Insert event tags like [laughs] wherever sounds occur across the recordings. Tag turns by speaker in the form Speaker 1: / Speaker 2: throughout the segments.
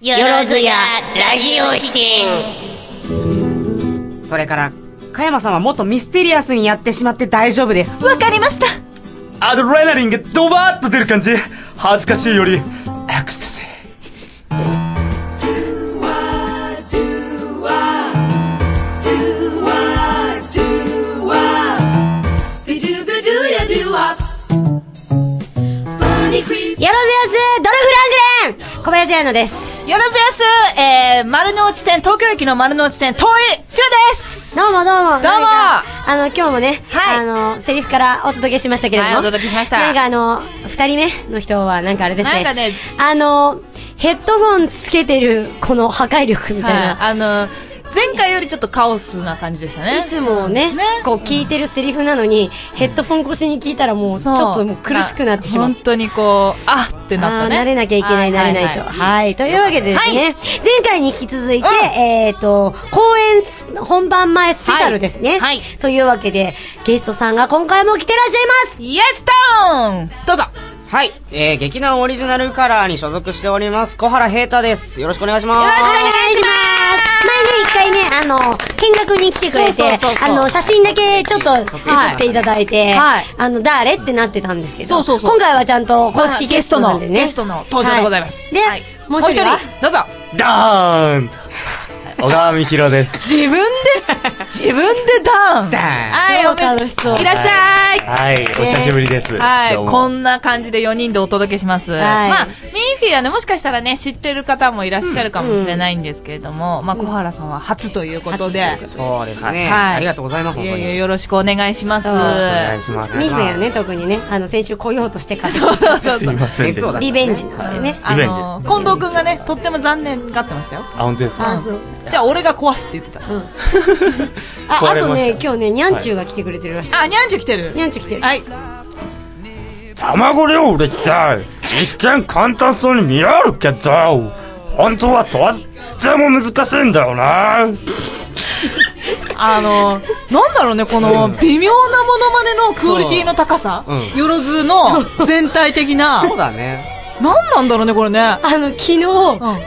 Speaker 1: よろずやラジオ視点
Speaker 2: それから、加山さんはもっとミステリアスにやってしまって大丈夫です。
Speaker 3: わかりました
Speaker 4: アドレナリンがドバーッと出る感じ恥ずかしいよりエクスタシー
Speaker 1: よろずやすドルフラングレン小林彩乃です。
Speaker 3: よろずやすえー、丸の内線東京駅の丸の内線遠いシラです
Speaker 1: どうもどうも。どう
Speaker 3: どうも
Speaker 1: あの、今日もね、
Speaker 3: はい
Speaker 1: あの、セリフからお届けしましたけれども。
Speaker 3: はいお届けしました
Speaker 1: なんかあの、二人目の人はなんかあれですね。
Speaker 3: なんかね
Speaker 1: あの、ヘッドフォンつけてる、この破壊力みたいな。
Speaker 3: はい、あの前回よりちょっとカオスな感じでしたね
Speaker 1: いつもね
Speaker 3: ね
Speaker 1: こう聞いてるセリフなのに、ヘッドフォン越しに聞いたらもう、ち
Speaker 3: そ
Speaker 1: ょっともう苦しくなってしまう
Speaker 3: 本。当にこうあってな
Speaker 1: あ
Speaker 3: った
Speaker 1: あ
Speaker 3: ね
Speaker 1: ー慣れなきゃいけない、
Speaker 3: は
Speaker 1: 慣れないと。はい。というわけでですね、
Speaker 3: は
Speaker 1: 前回に引き続いて、
Speaker 3: うん
Speaker 1: えっと、公演ス本番前スペシャルですね。
Speaker 3: はいはい
Speaker 1: というわけで、ゲストさんが今回も来てらっしゃいます
Speaker 3: イエストーンどうぞ
Speaker 2: はい。えー、劇団オリジナルカラーに所属しております、小原平太です。よろしくお願いします。
Speaker 3: よろしくお願いします
Speaker 1: お願いします。前ね、一回ね、あの、見学に来てくれ
Speaker 3: そう
Speaker 1: て
Speaker 3: そうそう、そう
Speaker 1: あの、写真だけちょっと撮
Speaker 3: はい
Speaker 1: っていただいて
Speaker 3: はい、
Speaker 1: あの、誰ってなってたんですけど、
Speaker 3: そうそうそう
Speaker 1: 今回はちゃんと公式ゲストなんでね。
Speaker 3: ゲストの登場でございます、
Speaker 1: はで
Speaker 3: はい、
Speaker 1: もう一人は
Speaker 3: どうぞ
Speaker 4: ダーン小川美弘です
Speaker 3: 自分で自分でダウン
Speaker 2: ダーン
Speaker 3: はい
Speaker 1: 超楽しそう
Speaker 3: いらっしゃい
Speaker 4: はいお久しぶりです、
Speaker 3: はい、
Speaker 4: どうも
Speaker 3: こんな感じで4人でお届けします。
Speaker 1: はい
Speaker 3: まあ、ミーフィーはね、もしかしたらね、知ってる方もいらっしゃるかもしれないんですけれども、まあ、小原さんは初ということで、
Speaker 2: そうですね、
Speaker 3: はい
Speaker 2: ありがとうございます、
Speaker 3: い
Speaker 2: 本
Speaker 3: や
Speaker 2: 当
Speaker 3: いや、
Speaker 2: に。
Speaker 3: よろしくお願いします。
Speaker 1: そうお
Speaker 2: お願いします。
Speaker 1: ミーフやね、特にね、あの、先週来ようとしてから、
Speaker 3: そうそうそう
Speaker 4: す
Speaker 3: そ。
Speaker 4: いうませんで
Speaker 2: 熱
Speaker 4: し
Speaker 2: を
Speaker 4: た
Speaker 2: 出し
Speaker 1: リベンジなんでね。
Speaker 3: あ
Speaker 4: リベンジです
Speaker 3: の、近藤くんがね、とっても残念がってましたよ。
Speaker 4: あ本当ですか、
Speaker 1: あそう
Speaker 3: じゃあ、俺が壊すって言ってた。
Speaker 1: あ、
Speaker 4: 壊
Speaker 1: あ
Speaker 4: れ
Speaker 1: と
Speaker 4: ました
Speaker 1: ね、今日ね、にゃんちゅうが来てくれてるらしい。
Speaker 3: あ、にゃんじゅ来てる。
Speaker 1: にゃんちゅう来てる。
Speaker 3: はい。
Speaker 4: 卵料理って一見簡単そうに見えるけど本当はとっても難しいんだよな
Speaker 3: あの、なんだろうね、この微妙なモノマネのクオリティの高さ。
Speaker 2: う
Speaker 3: よろずの全体的
Speaker 1: [laughs]
Speaker 3: な。
Speaker 2: そうだね。
Speaker 3: なんなんだろうね、これね。
Speaker 1: あの、昨日、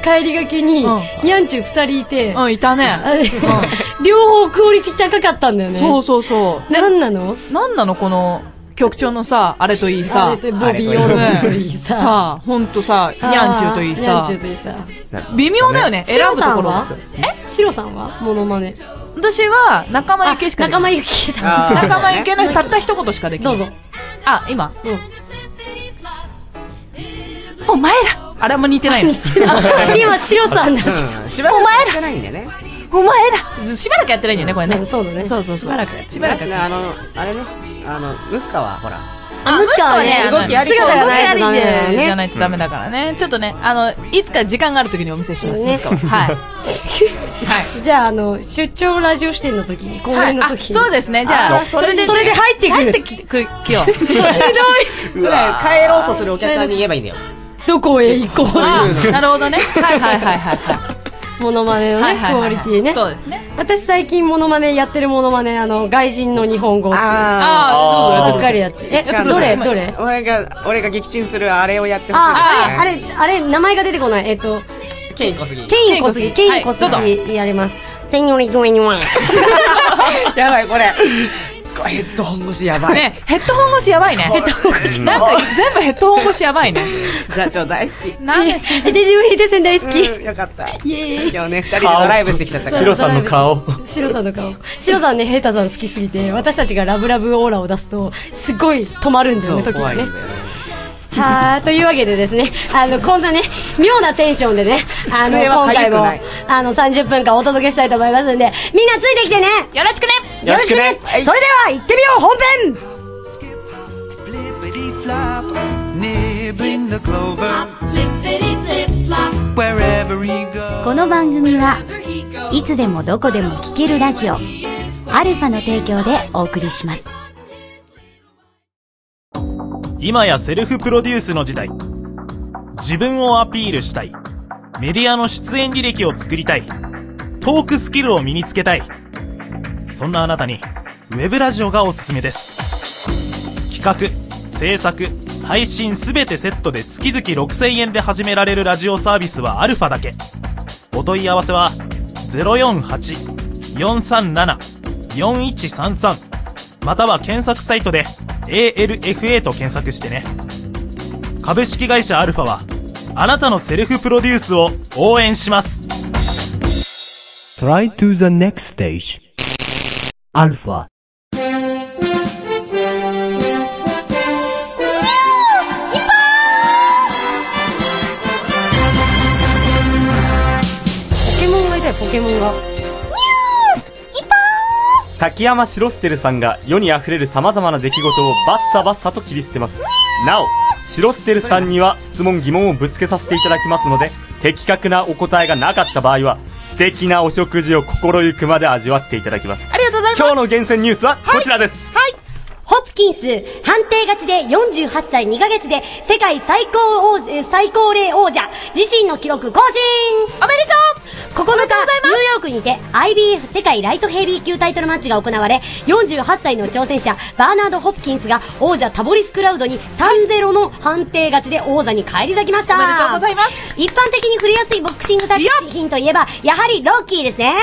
Speaker 1: 帰りがけに
Speaker 3: うん、
Speaker 1: にゃんちゅう二人いて、
Speaker 3: うん、いたね。
Speaker 1: あれ [laughs] 両方クオリティ高かったんだよね。
Speaker 3: そうそうそ
Speaker 1: なんなの
Speaker 3: う。なんなのこの局長のさ、あれといい
Speaker 1: あ
Speaker 3: さ
Speaker 1: れ。とボビー・オロンといいさ。
Speaker 3: さあ、ほんとさ、にゃんちゅうといい
Speaker 1: にゃ
Speaker 3: さ
Speaker 1: んちゅ。うといいさ。
Speaker 3: 微妙だよね、選ぶところが。
Speaker 1: えシロさんはモノマネ。
Speaker 3: 私は、仲間
Speaker 1: あ
Speaker 3: 由紀しかでき
Speaker 1: 仲間
Speaker 3: ない。
Speaker 1: 由紀だ。
Speaker 2: あー
Speaker 3: 仲間由紀のたった一言しかできな
Speaker 1: ど
Speaker 3: い。
Speaker 1: うぞ。。
Speaker 3: あ、今。
Speaker 1: うん。
Speaker 3: お前だあれも似てないの。
Speaker 1: [laughs] 今、シロさんだっ
Speaker 2: うん。しばらくやってないんでね。
Speaker 3: お前だしばらくやってないんだよね、これ
Speaker 1: た。うん
Speaker 3: ね。
Speaker 1: そうだね。
Speaker 3: そうそうそう
Speaker 1: しばらくやって
Speaker 3: しばらくやって
Speaker 2: ねあの、あれね、あの、ムスカは、ほら、
Speaker 1: あ、ムスカはね、
Speaker 3: あの
Speaker 2: 動きあり
Speaker 1: 姿がないとダメだよ
Speaker 3: 動きありでじゃな
Speaker 1: ね。
Speaker 3: いとダメだからね。ちょっとね、あの、いつか時間がある時にお見せします。
Speaker 1: ね
Speaker 3: 息子ははい。はい。
Speaker 1: じゃあ、あの、出張ラジオ視点の時に、公演の
Speaker 3: あ、
Speaker 1: 時に。
Speaker 3: そうですね。じゃあ、それで、
Speaker 1: それで入ってくる
Speaker 3: 入ってきてくる、きよう。
Speaker 2: 帰ろうとするお客さんに言えばいいんだよ。
Speaker 1: どこへ行こ
Speaker 3: あ
Speaker 1: う。
Speaker 3: なるほどね。はいはいはいはいはい。
Speaker 1: モノマネの
Speaker 3: はい
Speaker 1: ね、
Speaker 3: はいは
Speaker 1: ク
Speaker 3: い
Speaker 1: オ
Speaker 3: はい
Speaker 1: リティね。
Speaker 3: そうですね。
Speaker 1: 私最近モノマネやってるモノマネ、あの、外人の日本語。
Speaker 2: あ
Speaker 3: ああ、ど
Speaker 1: ば
Speaker 3: う
Speaker 1: っ
Speaker 3: ぞや
Speaker 1: か
Speaker 3: って
Speaker 1: り
Speaker 3: く
Speaker 1: やって。
Speaker 2: やって
Speaker 1: え、
Speaker 2: く
Speaker 1: ど
Speaker 2: ださ
Speaker 1: れ
Speaker 2: い
Speaker 1: どれ
Speaker 2: ー。俺が、俺が撃沈するあれをやってほしい。
Speaker 1: あ、あれ、あれ、あれ、名前が出てこない。えっと、
Speaker 2: れ、ケイン小杉。
Speaker 1: ケイン小杉、ケ
Speaker 3: ケ
Speaker 1: イ
Speaker 3: イ
Speaker 1: ン
Speaker 3: ン
Speaker 1: 小
Speaker 3: 小杉は
Speaker 1: 杉やります。セニョリゴイニ
Speaker 3: [laughs]
Speaker 1: ワン。
Speaker 2: [laughs] やばい、これ。これヘッドホン越しやば
Speaker 3: だ
Speaker 2: い。
Speaker 3: さいね、 [laughs] ヘッドホン越しやばいね。なんか、全部ヘッドホン越しやばいね。
Speaker 2: 座長大好
Speaker 3: なんで
Speaker 1: え、デジムヒデセン大好き
Speaker 2: き。。うんよかった。
Speaker 1: イエーイ。
Speaker 2: 今日ね、二人でドライブしてきちゃったから
Speaker 4: シ。ロさんの顔
Speaker 1: シロさんの顔。シロさんね、ヘイタさん好きすぎて、私たちがラブラブオーラを出すと、すごい止まるんですよね、時
Speaker 2: 怖
Speaker 1: 々
Speaker 2: いんだ
Speaker 1: ね
Speaker 2: よ。ね。
Speaker 1: はーというわけでですね、あの、こんなね、妙なテンションでね、あの、
Speaker 2: 机は
Speaker 1: 今回も
Speaker 2: 痒くない、
Speaker 1: あの、30分間お届けしたいと思いますんで、みんなついてきてね
Speaker 3: よろしくね
Speaker 1: よろしくねそれでは、行ってみよう、本編
Speaker 5: Flippity flop, nibbling the clover. Wherever he goes.
Speaker 6: この番組はいつでもどこでも聴けるラジオアルファの提供でお送りします
Speaker 7: 今やセルフプロデュースの時代自分をアピールしたいメディアの出演履歴を作りたいトークスキルを身につけたいそんなあなたにウェブラジオがおすすめです企画制作配信すべてセットで月々6000円で始められるラジオサービスはアルファだけお問い合わせは048-437-4133または検索サイトで ALFA と検索してね株式会社アルファはあなたのセルフプロデュースを応援します
Speaker 8: Try to the next stage. Alpha.
Speaker 1: ケモンがいたよポケモンが
Speaker 9: 滝山シロステルさんが世に溢れる様々な出来事をバッサバッサと切り捨てます。なお、シロステルさんには質問疑問をぶつけさせていただきますので、的確なお答えがなかった場合は、素敵なお食事を心ゆくまで味わっていただきます。
Speaker 3: ありがとうございます
Speaker 9: 今日の厳選ニュースはこちらです。
Speaker 1: ホプキンス、判定勝ちで48歳2ヶ月で世界最高王えー最高齢王者、自身の記録更新
Speaker 3: おめでと
Speaker 1: 9日、ニューヨークにて IBF 世界ライトヘビー級タイトルマッチが行われ、48歳の挑戦者、バーナード・ホプキンスが王者タボリス・クラウドに3-0の判定勝ちで王座に返り咲きました。
Speaker 3: おめでとうございます
Speaker 1: 一般的に振りやすいボクシング作品といえば、やはりロッキーですね。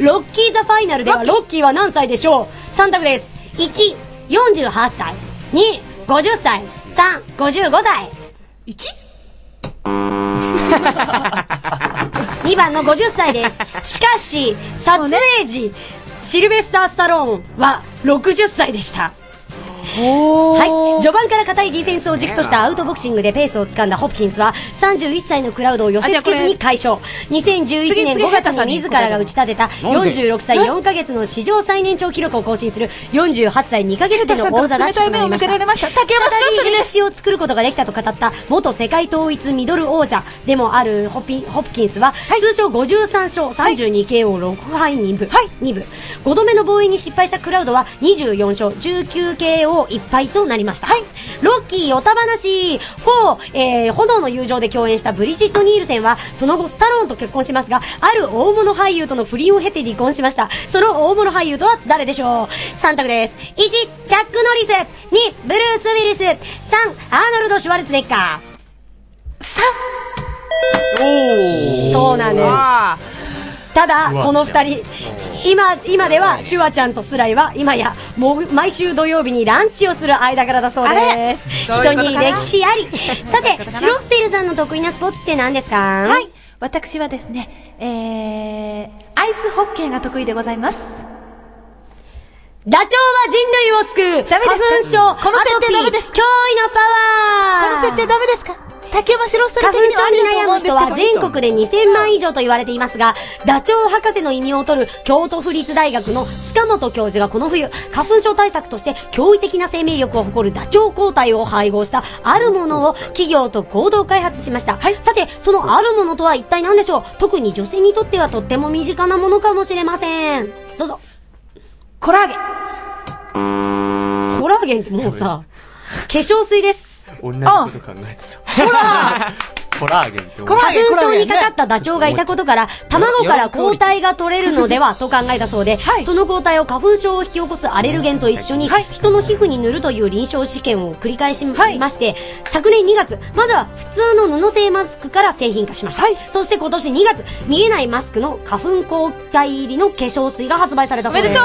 Speaker 1: ロッキー・ザ・ファイナルではロッキーは何歳でしょう ?3 択です。1、48歳。2、50歳。3、55歳。
Speaker 3: う 1?
Speaker 1: 2番の50歳です。 [laughs] しかし、撮影時、シルベスター・スタローンは60歳でした。はい、序盤から硬いディフェンスを軸としたアウトボクシングでペースをつかんだホプキンスは31歳のクラウドを寄せつけずに解消2011年5月に自らが打ち立てた46歳4ヶ月の史上最年長記録を更新する48歳2ヶ月での王座奪取となりました
Speaker 3: ました。竹山
Speaker 1: 再
Speaker 3: 白
Speaker 1: び
Speaker 3: 鳥で
Speaker 1: 歴
Speaker 3: す。
Speaker 1: 史を作ることができたと語った元世界統一ミドル王者でもあるホピホプキンスは、通称53勝 32KO6 敗2部,、
Speaker 3: はい
Speaker 1: 二部5度目の防衛に失敗したクラウドは24勝 19KO1 敗となりました、ロッキーおたばなし4、えー炎の友情で共演したブリジット・ニールセンはその後スタローンと結婚しますがある大物俳優との不倫を経て離婚しましたその大物俳優とは誰でしょう3択です1チャック・ノリス2ブルース・ウィリス3アーノルド・シュワルツェネッカー3そうなんです
Speaker 3: あ
Speaker 1: ただこの2人今今ではシュワちゃんとスライは今やもう毎週土曜日にランチをする間柄だそうです
Speaker 3: あれ
Speaker 1: 人に歴史ありさてシロステイルさんの得意なスポーツって何ですかはい。
Speaker 10: 私はですね、えー、アイスホッケーが得意でございます。
Speaker 1: ダチョウは人類を救う
Speaker 10: ダメです
Speaker 1: 花粉症
Speaker 10: かこの設定
Speaker 1: アトピー
Speaker 10: ダメです
Speaker 1: 驚異のパ
Speaker 10: こ
Speaker 1: ワー
Speaker 10: の設定ダメですか竹山白さ
Speaker 1: 花
Speaker 10: ん的
Speaker 1: 粉
Speaker 10: に
Speaker 1: 症
Speaker 10: はありだ
Speaker 1: に
Speaker 10: と思
Speaker 1: 悩
Speaker 10: う
Speaker 1: む
Speaker 10: んです
Speaker 1: 人
Speaker 10: けど
Speaker 1: は全国で2000万以上と言われていますが、ダチョウ博士の異名を取る京都府立大学の塚本教授がこの冬、花粉症対策として驚異的な生命力を誇るダチョウ抗体を配合したあるものを企業と共同開発しました。さて、そのあるものとは一体何でしょう特に女性にとってはとっても身近なものかもしれません。どうぞ。
Speaker 10: コラーゲン。
Speaker 1: コラーゲンってもうさ、化粧水です。
Speaker 9: 同じこと考えてた。コラーゲンって思う
Speaker 1: 花粉症にかかったダチョウがいたことから、卵から抗体が取れるのではと考えたそうで、その抗体を花粉症を引き起こすアレルゲンと一緒に、人の皮膚に塗るという臨床試験を繰り返しまして、昨年2月、まずは普通の布製マスクから製品化しました。そして今年2月、見えないマスクの花粉抗体入りの化粧水が発売されたそうです。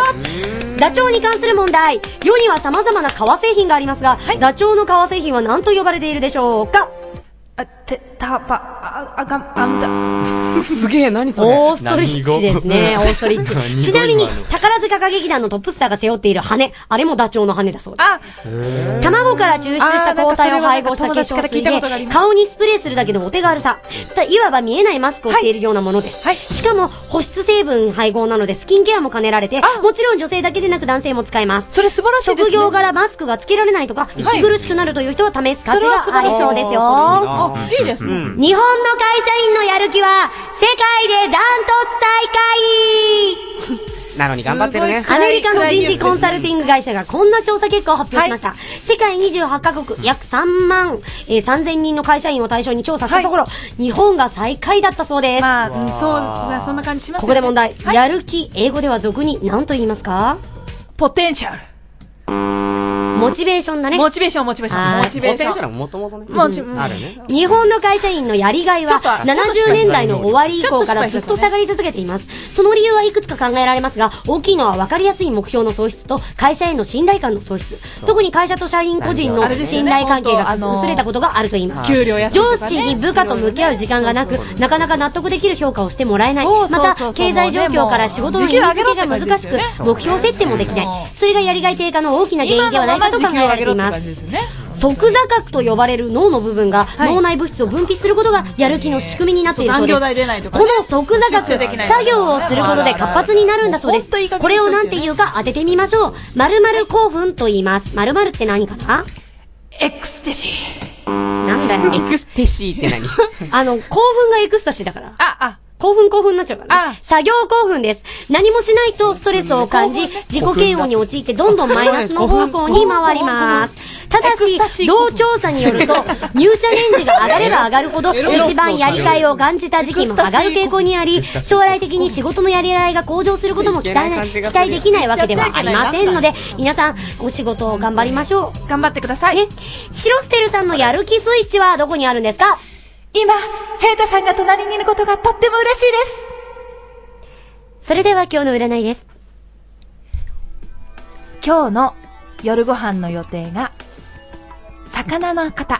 Speaker 1: ダチョウに関する問題。世には様々な革製品がありますが、ダチョウの革製品は何と呼ばれているでしょうか
Speaker 10: あ、て、た、ば、あ、あがん、あんだ。
Speaker 2: すげえ、何それ。
Speaker 1: オーストリッチですね。オーストリッ
Speaker 9: [laughs] 何
Speaker 1: チ。
Speaker 9: 語
Speaker 1: ちなみに
Speaker 9: 今の、
Speaker 1: 宝塚歌劇団のトップスターが背負っている羽。あれもダチョウの羽だそうです。
Speaker 10: あ、
Speaker 1: 卵から抽出した抗体を配合した
Speaker 10: あ
Speaker 1: 化
Speaker 10: ーなんかそ
Speaker 1: 粧
Speaker 10: れはなんか友達から聞
Speaker 1: 水
Speaker 10: いたことがあり
Speaker 1: で、
Speaker 10: ます
Speaker 1: 顔にスプレーするだけのお手軽さ。たいわば見えないマスクをしているようなものです。しかも、保湿成分配合なので、スキンケアも兼ねられて、もちろん女性だけでなく男性も使えます。
Speaker 10: それ素晴らしいです、
Speaker 1: 職
Speaker 10: ね。
Speaker 1: 業柄マスクがつけられないとか、息苦しくなるという人は試す価値
Speaker 10: それは素
Speaker 1: があ
Speaker 10: 晴
Speaker 1: り
Speaker 10: らしい
Speaker 1: そうですよ。
Speaker 3: あ、いいですね。
Speaker 1: 日本の会社員のやる気は、世界でダントツ最下位
Speaker 2: なのに頑張ってるね
Speaker 3: す。
Speaker 1: アメリカの人事コンサルティング会社がこんな調査結果を発表しました。世界28カ国約3万、えー3000人の会社員を対象に調査したところ、日本が最下位だったそうです。
Speaker 10: まあ、うん
Speaker 3: そう、そんな感じします
Speaker 1: こ
Speaker 3: よね
Speaker 1: こで問題、やる気、英語では俗に何と言いますか
Speaker 10: ポテンシャル。
Speaker 1: 問モチベーションだね。
Speaker 3: モチベーション、モチベーション。モチベーション。
Speaker 2: もともとね
Speaker 3: もち
Speaker 2: あるね。
Speaker 1: 日本の会社員のやりがいは
Speaker 2: ちょっと
Speaker 1: 70年代の終わり以降から
Speaker 3: ち
Speaker 1: ず
Speaker 3: ょっと失敗しちゃったね
Speaker 1: っと下がり続けていますその理由はいくつか考えられますが大きいのは分かりやすい目標の喪失と会社への信頼感の喪失特に会社と社員個人
Speaker 3: あ
Speaker 1: の
Speaker 3: れですよ
Speaker 1: 信
Speaker 3: ね
Speaker 1: 頼関係が
Speaker 3: 本当あのー
Speaker 1: 薄れたことがあると言います
Speaker 3: 給料安いとか
Speaker 1: 上
Speaker 3: ね
Speaker 1: 司に部下と向き合う時間がなくなかなか納得できる評価をしてもらえない
Speaker 3: そう
Speaker 1: ま
Speaker 3: そうそう
Speaker 1: た経済状況から仕事
Speaker 3: も
Speaker 1: の
Speaker 3: う時
Speaker 1: 意
Speaker 3: 給上げろっ
Speaker 1: 味付け
Speaker 3: て
Speaker 1: が
Speaker 3: 感じ
Speaker 1: 難
Speaker 3: です
Speaker 1: し
Speaker 3: よ
Speaker 1: く
Speaker 3: ね
Speaker 1: 目標設定もできないそれがやりがい低下の大きな原因ではないかと考えられています側座核と呼ばれる脳の部分が脳内物質を分泌することがやる気の仕組みになっているそ
Speaker 3: 残
Speaker 1: うで
Speaker 3: 業
Speaker 1: す
Speaker 3: 代出ないとか
Speaker 1: こ
Speaker 3: ね。
Speaker 1: の即座学、
Speaker 3: 出世
Speaker 1: 作
Speaker 3: できない
Speaker 1: 業をすることで活発になるんだそうです。これをなんて言うか当ててみましょう。〇〇興奮と言います。〇〇って何かな
Speaker 10: エクステシ
Speaker 1: なんだよ。
Speaker 2: エクステシーって何
Speaker 1: [laughs] あの、興奮がエクスタシーだから。あ、あ、興奮興奮になっちゃうから、ね。作業興奮です。何もしないとストレスを感じ、自己嫌悪に陥ってどんどんマイナスの方向に回ります。ただし、同調査によると、入社年次が上がれば上がるほ [laughs] ど、一番やりがいを感じた時期も上がる傾向にあり、将来的に仕事のやりがいが向上することも期待な期待できないわけではありませんので、皆さん、お仕事を頑張りましょう。頑張ってください。え、シロステルさんのやる気スイッチはどこにあるんですか
Speaker 10: 今、平太さんが隣にいることがとっても嬉しいです。
Speaker 1: それでは今日の占いです。
Speaker 10: 今日の夜ご飯の予定が、魚の方。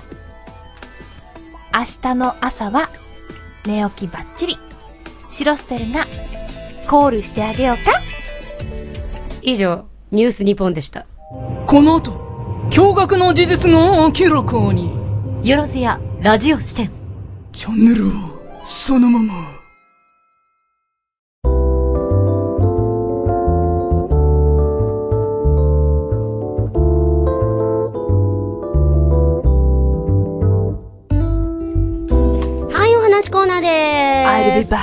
Speaker 10: 明日の朝は、寝起きばっちり。シロステルが、コールしてあげようか。
Speaker 1: 以上、ニュース日本でした。
Speaker 11: この後、驚愕の事実が明らかに。
Speaker 1: よろずや、ラジオ視点。
Speaker 11: チャンネルを、そのまま。
Speaker 1: はい、お話コーナーでーす。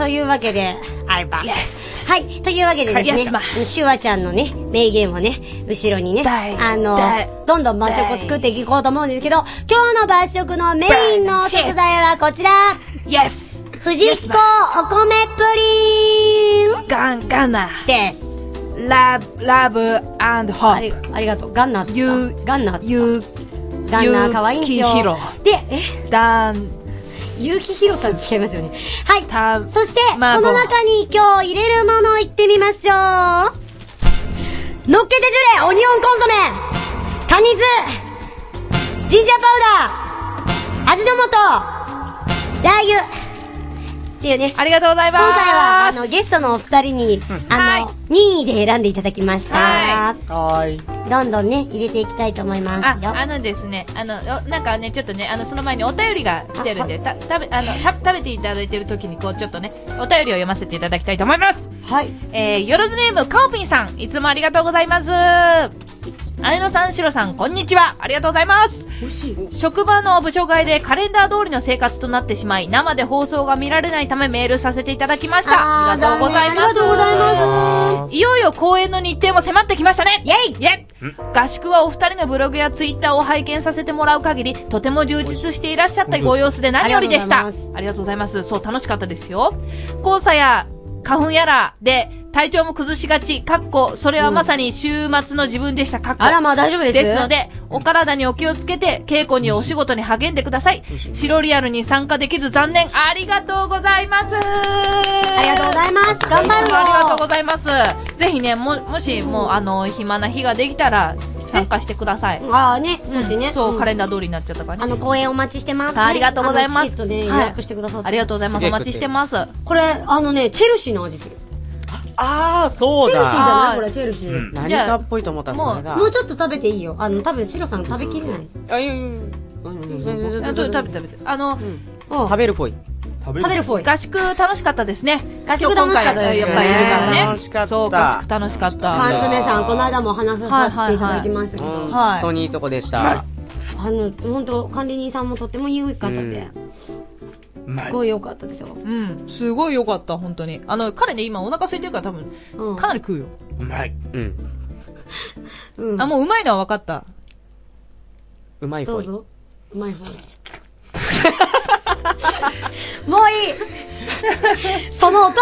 Speaker 10: I'll
Speaker 1: というわけで、I'll be back. はい、というわけでで
Speaker 10: Yes,
Speaker 1: すね、シュワちゃんのね、名言をね、後ろにね、あの
Speaker 10: だい、
Speaker 1: どんどん晩食を作っていこうと思うんですけど、今日の晩食のメインのお手伝いはこちら。
Speaker 10: Yes!
Speaker 1: 富士子お米プリン
Speaker 10: ガン、ガンナ。
Speaker 1: です。
Speaker 10: ラブ、ラブ、アンド、ホ
Speaker 1: ありありがとう。ガンナーって言ったガンナーって言ったガンナーかわいいんですよ。
Speaker 10: ゆきひろ
Speaker 1: で、え
Speaker 10: ダン、
Speaker 1: ゆうきひろさん違いますよね。はい。そして、こ
Speaker 10: まあ
Speaker 1: の中に今日入れるものいってみましょう。のっけてジュレオニオンコンソメカニ酢ジンジャーパウダー味の素ラー油っていうね。
Speaker 3: ありがとうございます。
Speaker 1: 今回は、あの、ゲストのお二人に、あの、任意で選んでいただきました。
Speaker 9: はい。
Speaker 1: どんどんね、入れていきたいと思いますよ
Speaker 3: あ。あのですねあのおなんかねちょっとねあのその前にお便りが来てるんでた食べあのた食べていただいてる時にこうちょっとねお便りを読ませていただきたいと思います
Speaker 2: はい
Speaker 3: えー、よろずネームかおぴんさんいつもありがとうございます綾野さん、しろさん、こんにちは。ありがとうございます。職場の部署外でカレンダー通りの生活となってしまい、生で放送が見られないためメールさせていただきました。ありがとうございます。ありがとうございます。いよいよ公演の日程も迫ってきましたね。イェイイェイ合宿はお二人のブログやツイッターを拝見させてもらう限り、とても充実していらっしゃったご様子で何よりでした。
Speaker 1: あり
Speaker 3: ありが
Speaker 1: がとうございま
Speaker 3: とうございます。そう、楽しかったですよ。黄砂や花粉やらで、体調も崩しがち、かっこ、それはまさに週末の自分でした、かっこ。
Speaker 1: あらまあ大丈夫です
Speaker 3: ですので、お体にお気をつけて、稽古にお仕事に励んでください。白リアルに参加できず残念。ありがとうございます。あ
Speaker 1: りがとうございます頑張るよ
Speaker 3: ありがとうございます。ぜひね、も、もし、もう、あの、暇な日ができたら、参加してください。
Speaker 1: ああね、もしね。
Speaker 3: そう、カレン
Speaker 1: ダー。
Speaker 3: ダー通りになっちゃったからね。
Speaker 1: あの、公演お待ちしてます、ね。
Speaker 3: ありがとうございます
Speaker 1: あのチケットね、予
Speaker 3: はい
Speaker 1: 約してくださって。
Speaker 3: ありがとうございます。お待ちしてます。
Speaker 1: これ、あのね、チェルシーの味する。
Speaker 2: ああ、そ
Speaker 1: チェルシーじゃないこれ、
Speaker 2: チ
Speaker 1: チェルシー。
Speaker 2: 何かっぽいと思ったら
Speaker 1: も、
Speaker 2: そうれだ。
Speaker 1: もうちょっと食べていいよ。あの、多分、シロさん食べきれない。
Speaker 2: あ、いやいやいやうんうんうん
Speaker 3: あどう食べて食べて。あの、
Speaker 2: 食べるぽい。食
Speaker 1: 食べるフォイ。
Speaker 3: 合宿楽しかったですね。
Speaker 1: 合宿楽しかったです
Speaker 3: 今日今回やっぱりいるからね。
Speaker 2: 楽しかった
Speaker 3: そう、合宿楽しかった。
Speaker 1: 缶詰さん、この間も話させていただきましたけど、
Speaker 3: は
Speaker 2: 本当にいいとこでした。
Speaker 1: あの、本当管理人さんもとっても良かったで、すごい良かったですよ。
Speaker 3: うん。すごい良かった、本当に。あの、彼ね、今お腹空いてるから多分、
Speaker 1: うん
Speaker 3: かなり食うよ。
Speaker 9: うまい。うん。
Speaker 1: うん
Speaker 3: あ、もううまいのは分かった。
Speaker 2: うまい
Speaker 1: ど
Speaker 2: ぽ
Speaker 1: う
Speaker 2: い。
Speaker 1: ぞ。うまい方 [laughs] もういい [laughs] その音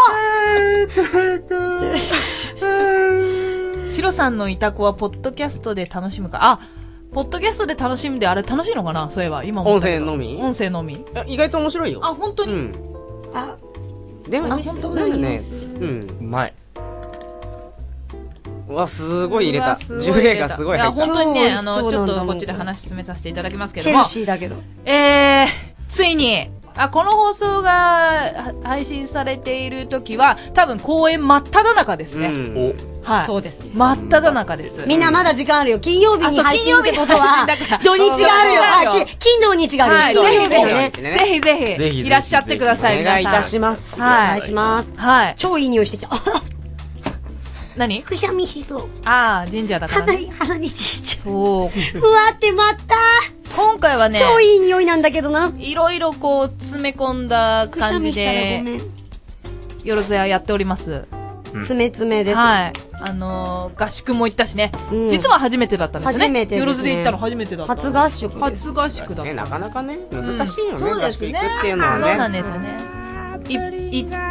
Speaker 3: シロさんのいた子は、ポッドキャストで楽しむか。あ、ポッドキャストで楽しんで、あれ楽しいのかなそういえば、今思
Speaker 2: 音
Speaker 3: ったけ
Speaker 2: 声
Speaker 3: ど
Speaker 2: のみ
Speaker 3: 音声のみ。
Speaker 2: 意外と面白いよ。
Speaker 3: あ、本当に、
Speaker 2: あ、でも、
Speaker 3: あ本当
Speaker 2: だよ
Speaker 3: 美
Speaker 2: ね
Speaker 3: 味し。
Speaker 2: うん。うまい。うわ、すごい入れ
Speaker 3: うわ
Speaker 2: た。
Speaker 3: すご
Speaker 2: ジュレがすごい入
Speaker 3: や、
Speaker 2: った。
Speaker 3: 本当にね、あ
Speaker 11: 超美味し
Speaker 3: の、ち
Speaker 11: そうなん
Speaker 3: ょっ
Speaker 11: だもん
Speaker 3: とこっちで話進めさせていただきますけ
Speaker 11: チェ
Speaker 3: ども
Speaker 11: ル。シーだけど。
Speaker 3: えー、ついに、あ、この放送がは配信されている時は、多分公演真っ只中ですね。はい。
Speaker 11: そう
Speaker 3: ですね。真っ只中です。
Speaker 1: みんなまだ時間あるよ。金曜日
Speaker 3: あ
Speaker 1: に
Speaker 3: そう
Speaker 1: 配信ってこと
Speaker 3: 金曜日
Speaker 1: は
Speaker 3: に配信だか、ら
Speaker 1: [laughs] 土日があるよ。
Speaker 3: そうそう
Speaker 1: あき金土日があ
Speaker 3: は
Speaker 1: る
Speaker 3: い、
Speaker 1: よ。
Speaker 3: ぜひ
Speaker 1: 金土日
Speaker 3: ぜひ、ぜ
Speaker 1: ね
Speaker 3: ひぜ
Speaker 1: ぜひぜ
Speaker 3: ひ、
Speaker 1: ひ
Speaker 3: いらっしゃってください、
Speaker 1: お
Speaker 3: 皆さ
Speaker 1: 願
Speaker 3: ん。
Speaker 1: いいたします
Speaker 3: はい。
Speaker 1: お願いします。
Speaker 3: はい。
Speaker 1: 超いい匂いしてきた。あ
Speaker 3: 何
Speaker 1: くしゃみしそう。
Speaker 3: ああ、神社だから、
Speaker 1: 鼻
Speaker 3: ね。
Speaker 1: に、鼻にちっちゃい。
Speaker 3: そう。
Speaker 1: [laughs] ふわってまた。
Speaker 3: 今回はね
Speaker 1: 超いい匂いなんだけどな。
Speaker 3: いろいろこう、詰め込んだ
Speaker 1: くしゃ
Speaker 3: 感
Speaker 1: み
Speaker 3: じ
Speaker 1: したら
Speaker 3: で
Speaker 1: ご、めん。
Speaker 3: よろずややっております。
Speaker 1: つめつめです。
Speaker 3: はい。あのー合宿も行ったしね、実は初めてだったんですよね。
Speaker 1: 初めてで
Speaker 3: よ
Speaker 1: すね
Speaker 3: ろずで行ったの初めてだった。
Speaker 1: 初合宿です
Speaker 3: 初合宿だった。
Speaker 2: ねなかなかね、
Speaker 3: うん
Speaker 2: 難しいよね。
Speaker 3: そうですね。
Speaker 2: 合宿行くっていうのはね。
Speaker 3: そうなんですよね。い、い、い、い、
Speaker 1: 何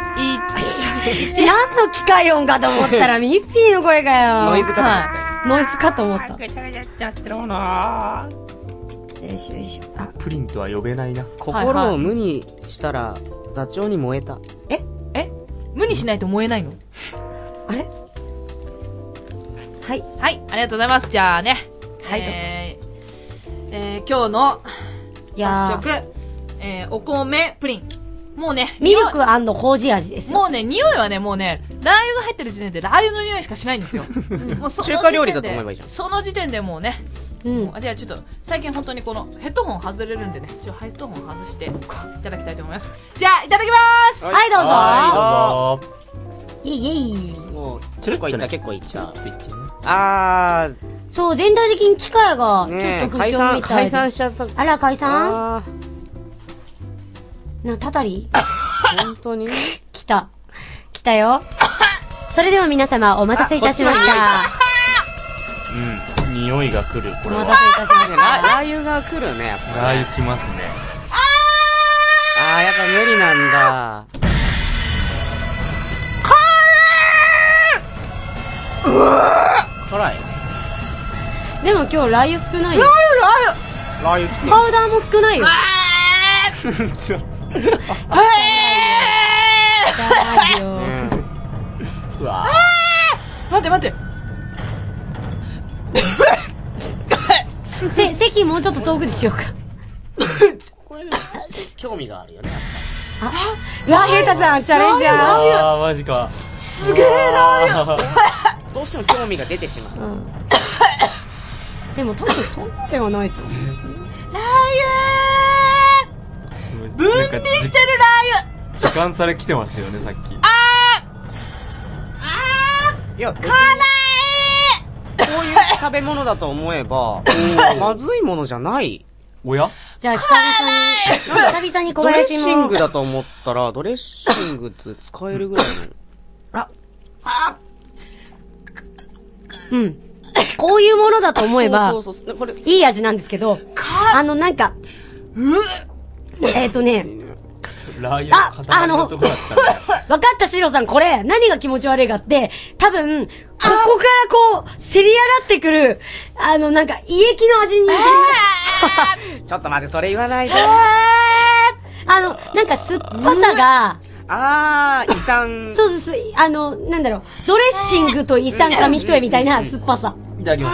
Speaker 1: の機械音かと思ったら、ミッフィーの声がよ。
Speaker 3: ノイズかと思った
Speaker 1: はいノイズかと思った。
Speaker 3: やってろうな
Speaker 1: よいしょよいしょ。あ
Speaker 9: プリンとは呼べないな。
Speaker 2: 心を無にしたら、座長に燃えた。
Speaker 1: え
Speaker 3: え無にしないと燃えないの
Speaker 1: あれはい。
Speaker 3: はい、ありがとうございます。じゃあね。
Speaker 1: はいどうぞ
Speaker 3: えーえー今日の
Speaker 1: いやー
Speaker 3: 発色、えーお米プリン。もうね、
Speaker 1: ミルクほうじ味です
Speaker 3: [laughs]
Speaker 1: よ。
Speaker 3: もうね、匂いはね、もうね、ラー油が入ってる時点でラー油の匂いしかしないんです
Speaker 2: [laughs]
Speaker 3: よ。もうその時点で
Speaker 2: 中華料理だと思えばいいじゃん
Speaker 3: その時点でもうね、
Speaker 1: うん
Speaker 3: もうあじゃあちょっと、最近本当にこのヘッドホン外れるんでね、ちょっとヘッドホン外していただきたいと思います。じゃあ、いただきます
Speaker 1: はいどうぞ
Speaker 9: はい、どうぞ。
Speaker 1: イエイイエイ。
Speaker 2: もう、結構いった、結構いった。
Speaker 9: って言っちゃうね。
Speaker 2: あー、
Speaker 1: そう、全体的に機械がちょ
Speaker 2: ね
Speaker 1: っ
Speaker 2: え
Speaker 1: と不況みたいで
Speaker 2: 解散解散しちゃった
Speaker 1: あら、解散
Speaker 2: あ
Speaker 1: な、たたり
Speaker 2: ー、本当に
Speaker 1: 来た。来たよ。それでは皆様、お待たせいたしました。
Speaker 9: うん。匂いが来る、こ
Speaker 1: お
Speaker 9: れ
Speaker 1: 待
Speaker 9: は。
Speaker 1: たせい
Speaker 2: ね
Speaker 1: たしまし
Speaker 2: ラ
Speaker 1: た。
Speaker 2: ラー油が来るね、やっぱ。
Speaker 9: ラー油きますね。
Speaker 2: あー、やっぱ無理なんだ。辛い
Speaker 1: でも今日、ラー油少な
Speaker 3: ラー
Speaker 1: いよ。
Speaker 3: 油、ラー
Speaker 2: ラー油来てる
Speaker 1: パウダーも少ないよ。
Speaker 3: 油
Speaker 2: ちょっ
Speaker 1: 汚いよ
Speaker 2: とうわ
Speaker 3: 待って待って。
Speaker 1: せ、席もうちょっと遠くでしようか。
Speaker 2: ー興味があるよね。
Speaker 1: ラーヘイタさん、チャレンジャー。
Speaker 9: あー、マジか。すげえラー油
Speaker 2: どうしても興味が出てしまう。
Speaker 1: でも多分そんなではないと思うんですよね。
Speaker 3: ラー油分離してるラー油
Speaker 9: 時間差で来てましたよね、さっき。
Speaker 2: いや、辛いこういう食べ物だと思えば、まずいものじゃない。
Speaker 9: おや
Speaker 1: じゃあ久々に、久々に小
Speaker 2: ドレッ
Speaker 1: 林も。
Speaker 2: シングだと思ったら、ドレッシングって使えるぐらいの。
Speaker 1: うん。こういうものだと思えば
Speaker 2: そう、そうそうこれ、
Speaker 1: いい味なんですけど、あの、なんか、えっ、とね、
Speaker 9: ラー油の塊のとこだったんだよ
Speaker 1: 分かった、シロさん、これ、何が気持ち悪いかって、多分、ここからこう、せり上がってくる、あの、なんか、胃液の味に似てる。
Speaker 2: [laughs] ちょっと待って、それ言わないで。
Speaker 1: あの、なんか酸っぱさが、
Speaker 2: あー、遺産。
Speaker 1: そうそうそう、あの、なんだろう、ドレッシングと胃酸紙一重みたいな酸っぱさ。
Speaker 9: いただきま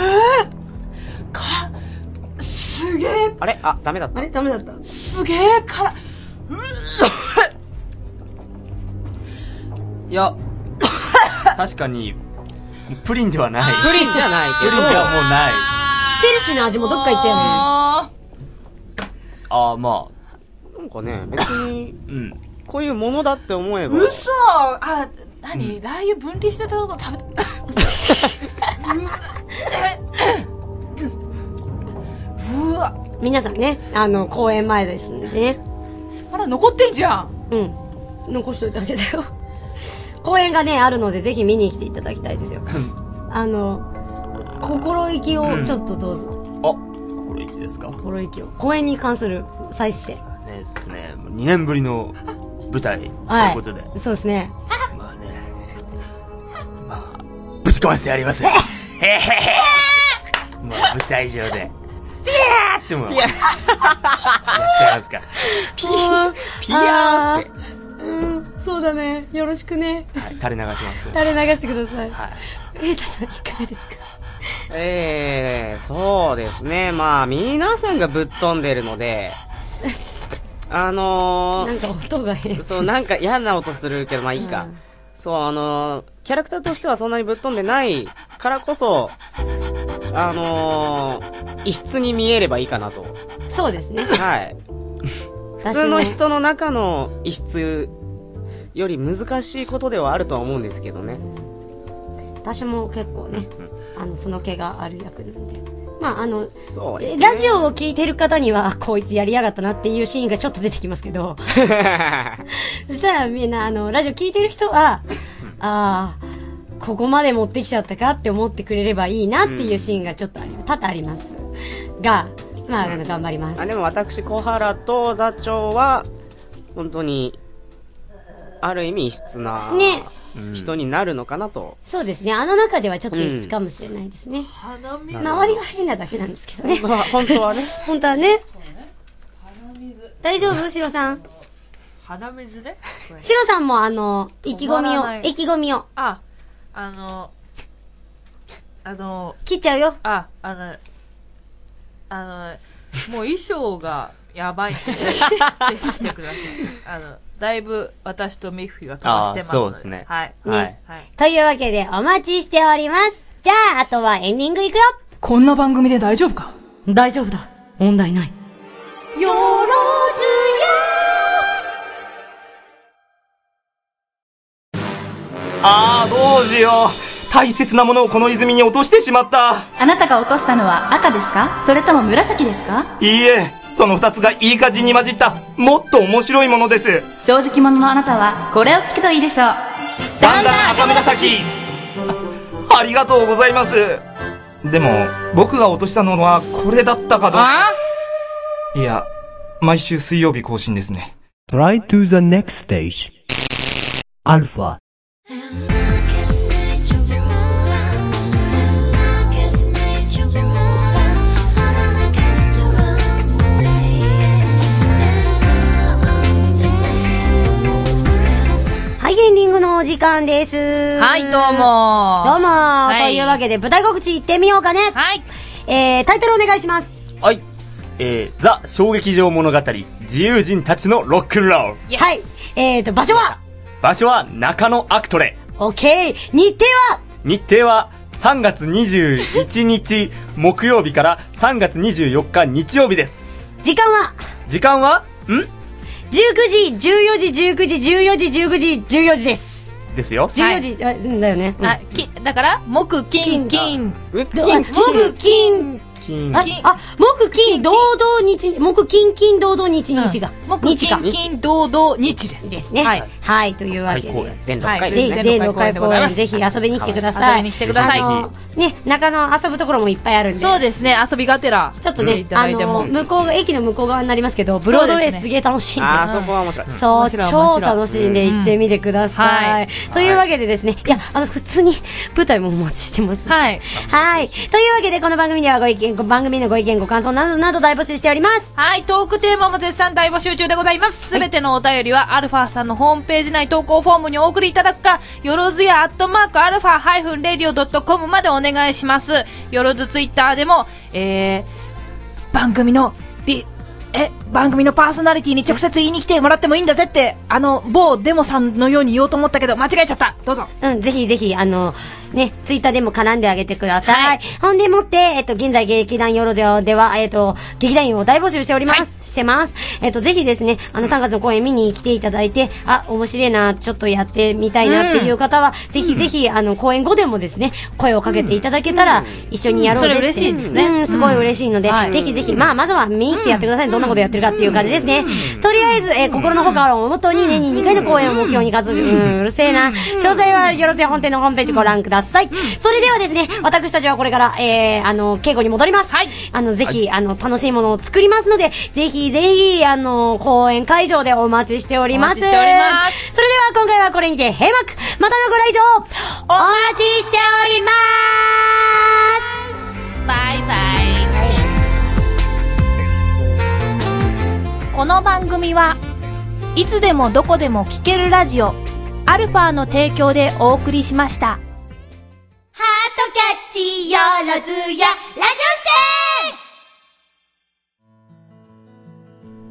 Speaker 9: す。
Speaker 3: すげえ
Speaker 2: あれあ、ダメだった。
Speaker 1: あれダメだった
Speaker 3: すげえ辛い
Speaker 9: いや、確かに、プリンではない。
Speaker 2: プリンじゃないけ
Speaker 9: プリン
Speaker 2: ど
Speaker 9: で、はもうない。
Speaker 1: チェルシーの味もどっか行ったよね。
Speaker 3: あ
Speaker 9: ああ、まあ、
Speaker 2: なんかね、別に、
Speaker 9: うん。
Speaker 2: こういうものだって思えば
Speaker 3: ー、嘘あ何、ラー油分離してたとこ食べたうわ
Speaker 1: 皆さんね、あの、公演前ですんでね。
Speaker 3: まだ残ってんじゃん
Speaker 1: うん。残しといてあげたよ。 [laughs] 公演がね、あるので、ぜひ見に来ていただきたいですよ。あの、心意気をちょっとどうぞ。
Speaker 9: あ、これいいですか
Speaker 1: 心意気を。公演に関する再して。
Speaker 9: ねですね、2年ぶりの舞台という
Speaker 1: はい。
Speaker 9: ことで、
Speaker 1: そうですね。
Speaker 9: まあね、まあ、ぶち壊してやりますよ。
Speaker 12: へへへもう舞台上で、ピヤーってもう、
Speaker 2: ピ
Speaker 12: や
Speaker 2: ヤ
Speaker 12: っちゃいますか。
Speaker 2: ピ
Speaker 12: ピヤーって
Speaker 13: うんそうだねよろしくね
Speaker 12: 垂れ流します。
Speaker 13: 垂れ流してください
Speaker 12: はい
Speaker 13: 瑛太さんいかがですか
Speaker 2: えー、そうですね。まあ、皆さんがぶっ飛んでるの
Speaker 1: [laughs]
Speaker 2: で、あのー、
Speaker 1: なんか音が変
Speaker 2: そう、なんか嫌な音するけど、まあいいか。そう、あのー、キャラクターとしてはそんなにぶっ飛んでないからこそ、あのー、異質に見えればいいかなと。
Speaker 1: そうですね。 [laughs]
Speaker 2: はい。普通の人の中の異質より難しいことではあるとは思うんですけどね。
Speaker 1: 私も結構ね、あの、その毛がある役なんで。まあ、あの、
Speaker 2: そう
Speaker 1: え
Speaker 2: [laughs]
Speaker 1: ラジオを聞いてる方には、あこいつやりやがったなっていうシーンがちょっと出てきますけど、そしたらみんな、あの、ラジオ聞いてる人は、ああ、ここまで持ってきちゃったかって思ってくれればいいなっていうシーンがちょっとあり、多々あります。が、まあ、あの頑張ります。
Speaker 2: あでも私小原と座長は本当にある意味異質な
Speaker 1: ね
Speaker 2: 人になるのかなと、 [laughs]
Speaker 1: そうですね。あの中ではちょっと異質かもしれないですね。
Speaker 2: 水
Speaker 1: 周りが変なだけなんですけどね。
Speaker 2: 本当は本当
Speaker 1: [laughs]
Speaker 2: はね。
Speaker 1: 本当はね。大丈夫シロさん。
Speaker 3: 鼻水ね。
Speaker 1: シロさんもあの、意気込み
Speaker 3: 止
Speaker 1: を
Speaker 3: まらな、い
Speaker 1: 意気込みを。
Speaker 3: あ、あの、あの、
Speaker 1: 切っちゃうよ。
Speaker 3: あ、あの、あの、もう衣装がやばい [laughs] んで、ぜひ来てください。あの、だいぶ私とミッフィーが飛ばしてます
Speaker 12: あ
Speaker 3: の
Speaker 12: ーそうですね
Speaker 3: はい。
Speaker 12: はい
Speaker 3: はい。
Speaker 1: というわけでお待ちしております。じゃあ、あとはエンディングいくよ
Speaker 11: こんな番組で大丈夫か
Speaker 1: 大丈夫だ。問題ない。
Speaker 11: よろ
Speaker 14: [laughs] あー、どうしよう。大切なものをこの泉に落としてしまった。
Speaker 15: あなたが落としたのは赤ですかそれとも紫ですか
Speaker 14: いいえ、その二つがいい感じに混じった、もっと面白いものです。
Speaker 15: 正直者のあなたはこれを聞くといいでしょう。
Speaker 14: だんだん赤紫あありがとうございます。でも、僕が落としたのはこれだったかどうか。いや、毎週水曜日更新ですね。
Speaker 8: Try to the next stage. Alpha.
Speaker 1: はい、エンディングのお時間です。
Speaker 3: はいどうも
Speaker 1: どうも、
Speaker 3: はい
Speaker 1: というわけで、舞台告知行ってみようかね。
Speaker 3: はい。
Speaker 1: えー、タイトルお願いします。
Speaker 9: はい。えー、ザ・衝撃場物語、自由人たちのロックンロール。
Speaker 1: はい。えーと、場所は
Speaker 9: 場所は中野アクトレ。
Speaker 1: オッケー日程は
Speaker 9: 日程は3月21日木曜日から3月24日日曜日です。
Speaker 1: 時間は
Speaker 9: 時間は
Speaker 1: 19時、14時、19時、14時、19時、14時です。
Speaker 9: んですよ。
Speaker 1: 14時、あうんだよね。あ、
Speaker 3: き、だから、木、金、金。
Speaker 1: 金、木、金、
Speaker 9: 金
Speaker 1: あ、あ木、金、堂々日、木、金、金、堂々日、日が。
Speaker 3: 木、金、金、堂々、日です。
Speaker 1: ですね。
Speaker 3: はい。
Speaker 1: はい、というわけで。
Speaker 2: 全
Speaker 1: は
Speaker 2: 6
Speaker 1: い
Speaker 2: 回
Speaker 1: ぜひ、全6回
Speaker 3: で
Speaker 1: 公
Speaker 3: ございま
Speaker 1: 演、
Speaker 3: す
Speaker 1: ぜひ遊びに来てくだ
Speaker 3: は
Speaker 1: さ
Speaker 3: い
Speaker 1: い。
Speaker 3: 遊びに来てください
Speaker 1: あのね、中野遊ぶところもいっぱいあるんで。
Speaker 3: そうですね、遊びがてら。
Speaker 1: ちょっと
Speaker 3: 来て
Speaker 1: ね
Speaker 3: い、た
Speaker 1: あ
Speaker 3: だいても
Speaker 1: の、向こうが、駅の向こう側になりますけど、ブロードウェイすげえ楽しいんで。
Speaker 2: あーそこは面白い
Speaker 1: そう、
Speaker 2: 面白い面
Speaker 1: 超
Speaker 2: 白い
Speaker 1: 楽しいんで行ってみてください。というわけでですね、いや、あの、普通に舞台もお待ちしてます。
Speaker 3: はい。
Speaker 1: はい。というわけで、この番組ではご意見、ご番組のご意見、ご感想などなど大募集しております。
Speaker 3: はい、トークテーマも絶賛大募集中でございます。すべてのお便りは、アルファさんのホームページ内投稿フォームにお送りいただくか、よろずやアットマークアルファハイフンレディオドットコムまでお願いします。よろずツイッターでも、えー、番組の、り、え、番組のパーソナリティに直接言いに来てもらってもいいんだぜって、あの、某デモさんのように言おうと思ったけど、間違えちゃった。どうぞ。
Speaker 1: うん、ぜひぜひ、あの、ね、ツイッターでも絡んであげてください。ほんでもって、えっと、現在劇団ヨロでは、ではえっと、劇団員を大募集しております。してます。えっと、ぜひですね、あの、3月の公演見に来ていただいて、あ、面白いな、ちょっとやってみたいなっていう方は、ぜひぜひ、あの、公演後でもですね、声をかけていただけたら、一緒にやろうぜって
Speaker 3: それ嬉しいですね
Speaker 1: うん、すごい嬉しいので、ぜひぜひ、まあ、まずは見に来てやってください。どんなことやってるかっていう感じですね。とりあえず、えー心のほかをもとに年に2回の公演を目標に活動、うん、うるせえな。詳細は、よろずや本店のホームページご覧ください。それではですね、私たちはこれから、えー、あの、稽古に戻ります。あの、ぜひ、あの、楽しいものを作りますので、ぜひぜひ、あの、公演会場でお待ちしております。。
Speaker 3: お待ちしております
Speaker 1: それでは、今回はこれにて閉幕。またのご来場、お待ちしております
Speaker 10: この番組はいつでもどこでも聞けるラジオアルファの提供でお送りしました。
Speaker 16: キャッチよろずや、ラジオして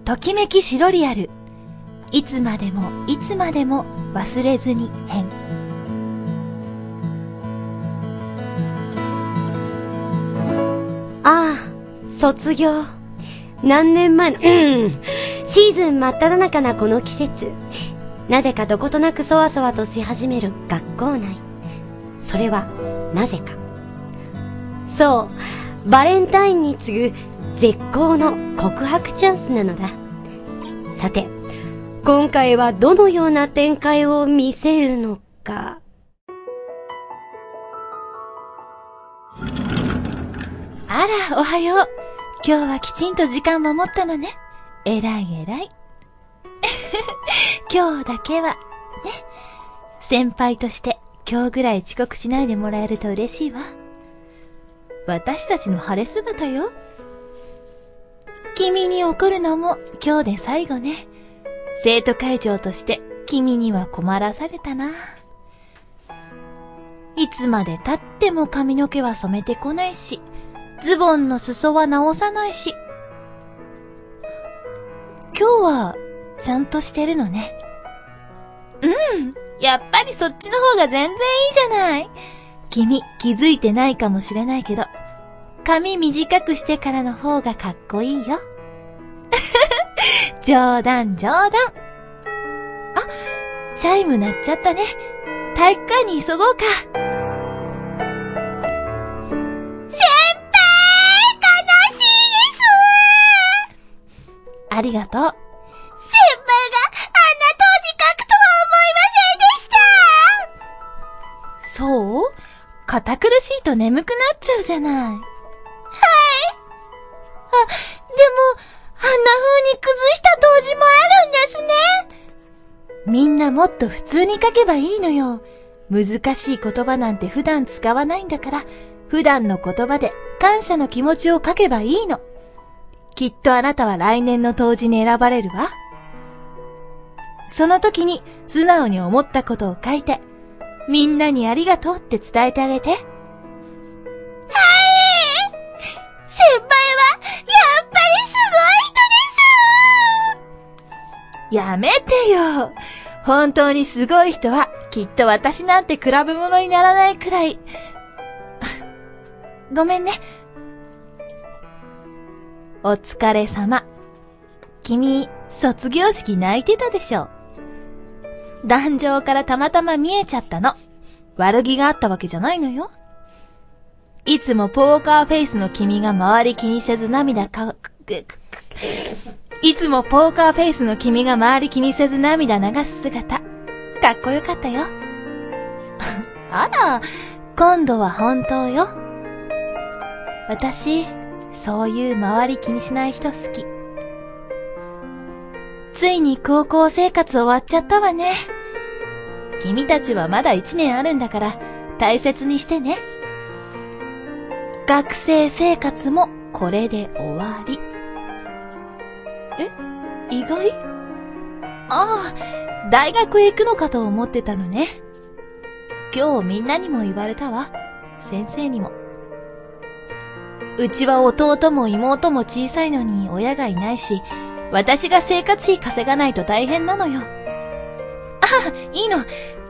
Speaker 10: ときめきシロリアル。いつまでもいつまでも忘れずに変。
Speaker 1: ああ、卒業。何年前の、うん。シーズン真っ只中なこの季節。なぜかどことなくそわそわとし始める学校内。それは、なぜか。そう、バレンタインに次ぐ絶好の告白チャンスなのだ。さて、今回はどのような展開を見せるのか。
Speaker 10: あら、おはよう。今日はきちんと時間守ったのね。えらいえらい。 [laughs] 今日だけは、ね。先輩として今日ぐらい遅刻しないでもらえると嬉しいわ。私たちの晴れ姿よ。君に怒るのも今日で最後ね。生徒会長として君には困らされたな。いつまで経っても髪の毛は染めてこないし、ズボンの裾は直さないし。今日は、ちゃんとしてるのね。うん。やっぱりそっちの方が全然いいじゃない。君、気づいてないかもしれないけど、髪短くしてからの方がかっこいい [laughs] よ。冗談冗談。あ、チャイム鳴っちゃったね。体育館に急ごうか。先輩悲しいですありがとう。先輩があんな当時書くとは思いませんでしたそう堅苦しいと眠くなっちゃうじゃない。はい。あ、でも、あんな風に崩した当時もあるんですね。みんなもっと普通に書けばいいのよ。難しい言葉なんて普段使わないんだから、普段の言葉で感謝の気持ちを書けばいいの。きっとあなたは来年の当時に選ばれるわ。その時に素直に思ったことを書いて、みんなにありがとうって伝えてあげて。はい先輩は、やっぱりすごい人ですやめてよ本当にすごい人は、きっと私なんて比べ物にならないくらい。 [laughs] ごめんね。お疲れ様。君、卒業式泣いてたでしょ。壇上からたまたま見えちゃったの。悪気があったわけじゃないのよ。いつもポーカーフェイスの君が周り気にせず涙か、くくくいつもポーカーフェイスの君が周り気にせず涙流す姿、かっこよかったよ。 [laughs] あら、今度は本当よ。私、そういう周り気にしない人好き。ついに高校生活終わっちゃったわね。君たちはまだ一年あるんだから、大切にしてね。学生生活もこれで終わり。え意外ああ、大学へ行くのかと思ってたのね。今日みんなにも言われたわ。先生にも。うちは弟も妹も小さいのに親がいないし、私が生活費稼がないと大変なのよ。ああ、いいの。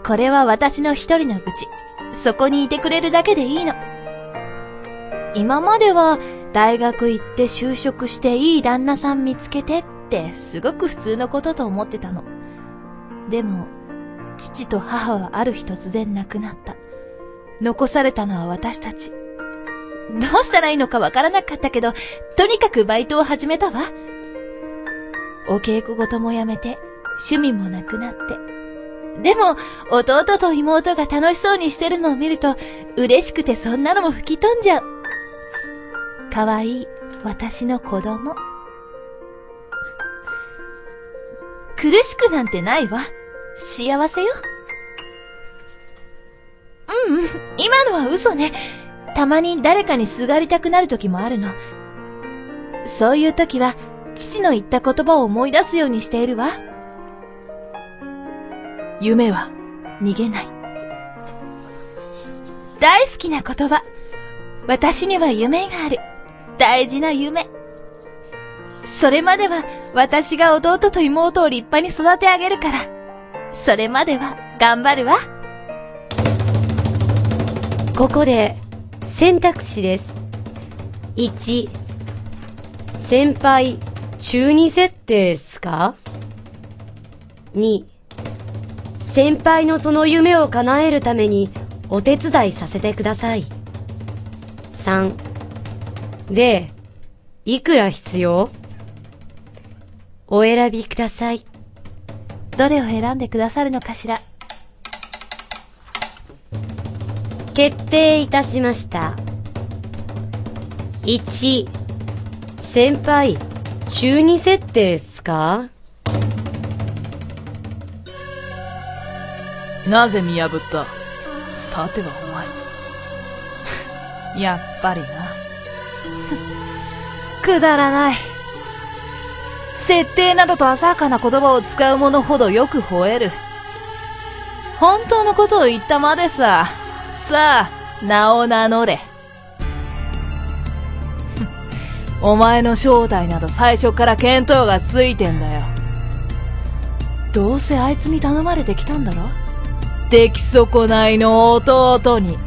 Speaker 10: これは私の一人の愚痴。そこにいてくれるだけでいいの。今までは大学行って就職していい旦那さん見つけてってすごく普通のことと思ってたの。でも、父と母はある日突然亡くなった。残されたのは私たち。どうしたらいいのかわからなかったけど、とにかくバイトを始めたわ。お稽古事もやめて、趣味もなくなって。でも、弟と妹が楽しそうにしてるのを見ると、嬉しくてそんなのも吹き飛んじゃう。かわいい、私の子供。苦しくなんてないわ。幸せよ。うんうん、今のは嘘ね。たまに誰かにすがりたくなる時もあるの。そういう時は、父の言った言葉を思い出すようにしているわ。夢は逃げない。大好きな言葉。私には夢がある。大事な夢。それまでは私が弟と妹を立派に育て上げるから。それまでは頑張るわ。
Speaker 1: ここで選択肢です1先輩中2設定ですか2先輩のその夢を叶えるためにお手伝いさせてください3でいくら必要お選びください
Speaker 10: どれを選んでくださるのかしら
Speaker 1: 決定いたしました1先輩中2設定ですか
Speaker 11: なぜ見破ったさてはお前。やっぱりな。
Speaker 10: [laughs] くだらない。設定などと浅はかな言葉を使う者ほどよく吠える。本当のことを言ったまでさ。さあ、名を名乗れ。 [laughs] お前の正体など最初から見当がついてんだよ。どうせあいつに頼まれてきたんだろ出来損ないの弟に。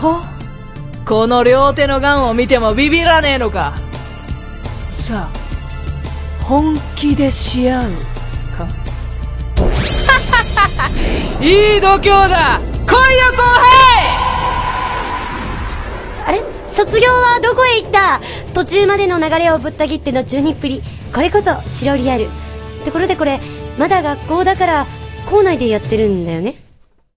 Speaker 10: はこの両手のガンを見てもビビらねえのかさあ、本気でし合うか。 [laughs] いい度胸だ来いよ後輩
Speaker 1: あれ卒業はどこへ行った途中までの流れをぶった切っての中日っぷりこれこそ白リアルところでこれまだ学校だから校内でやってるんだよね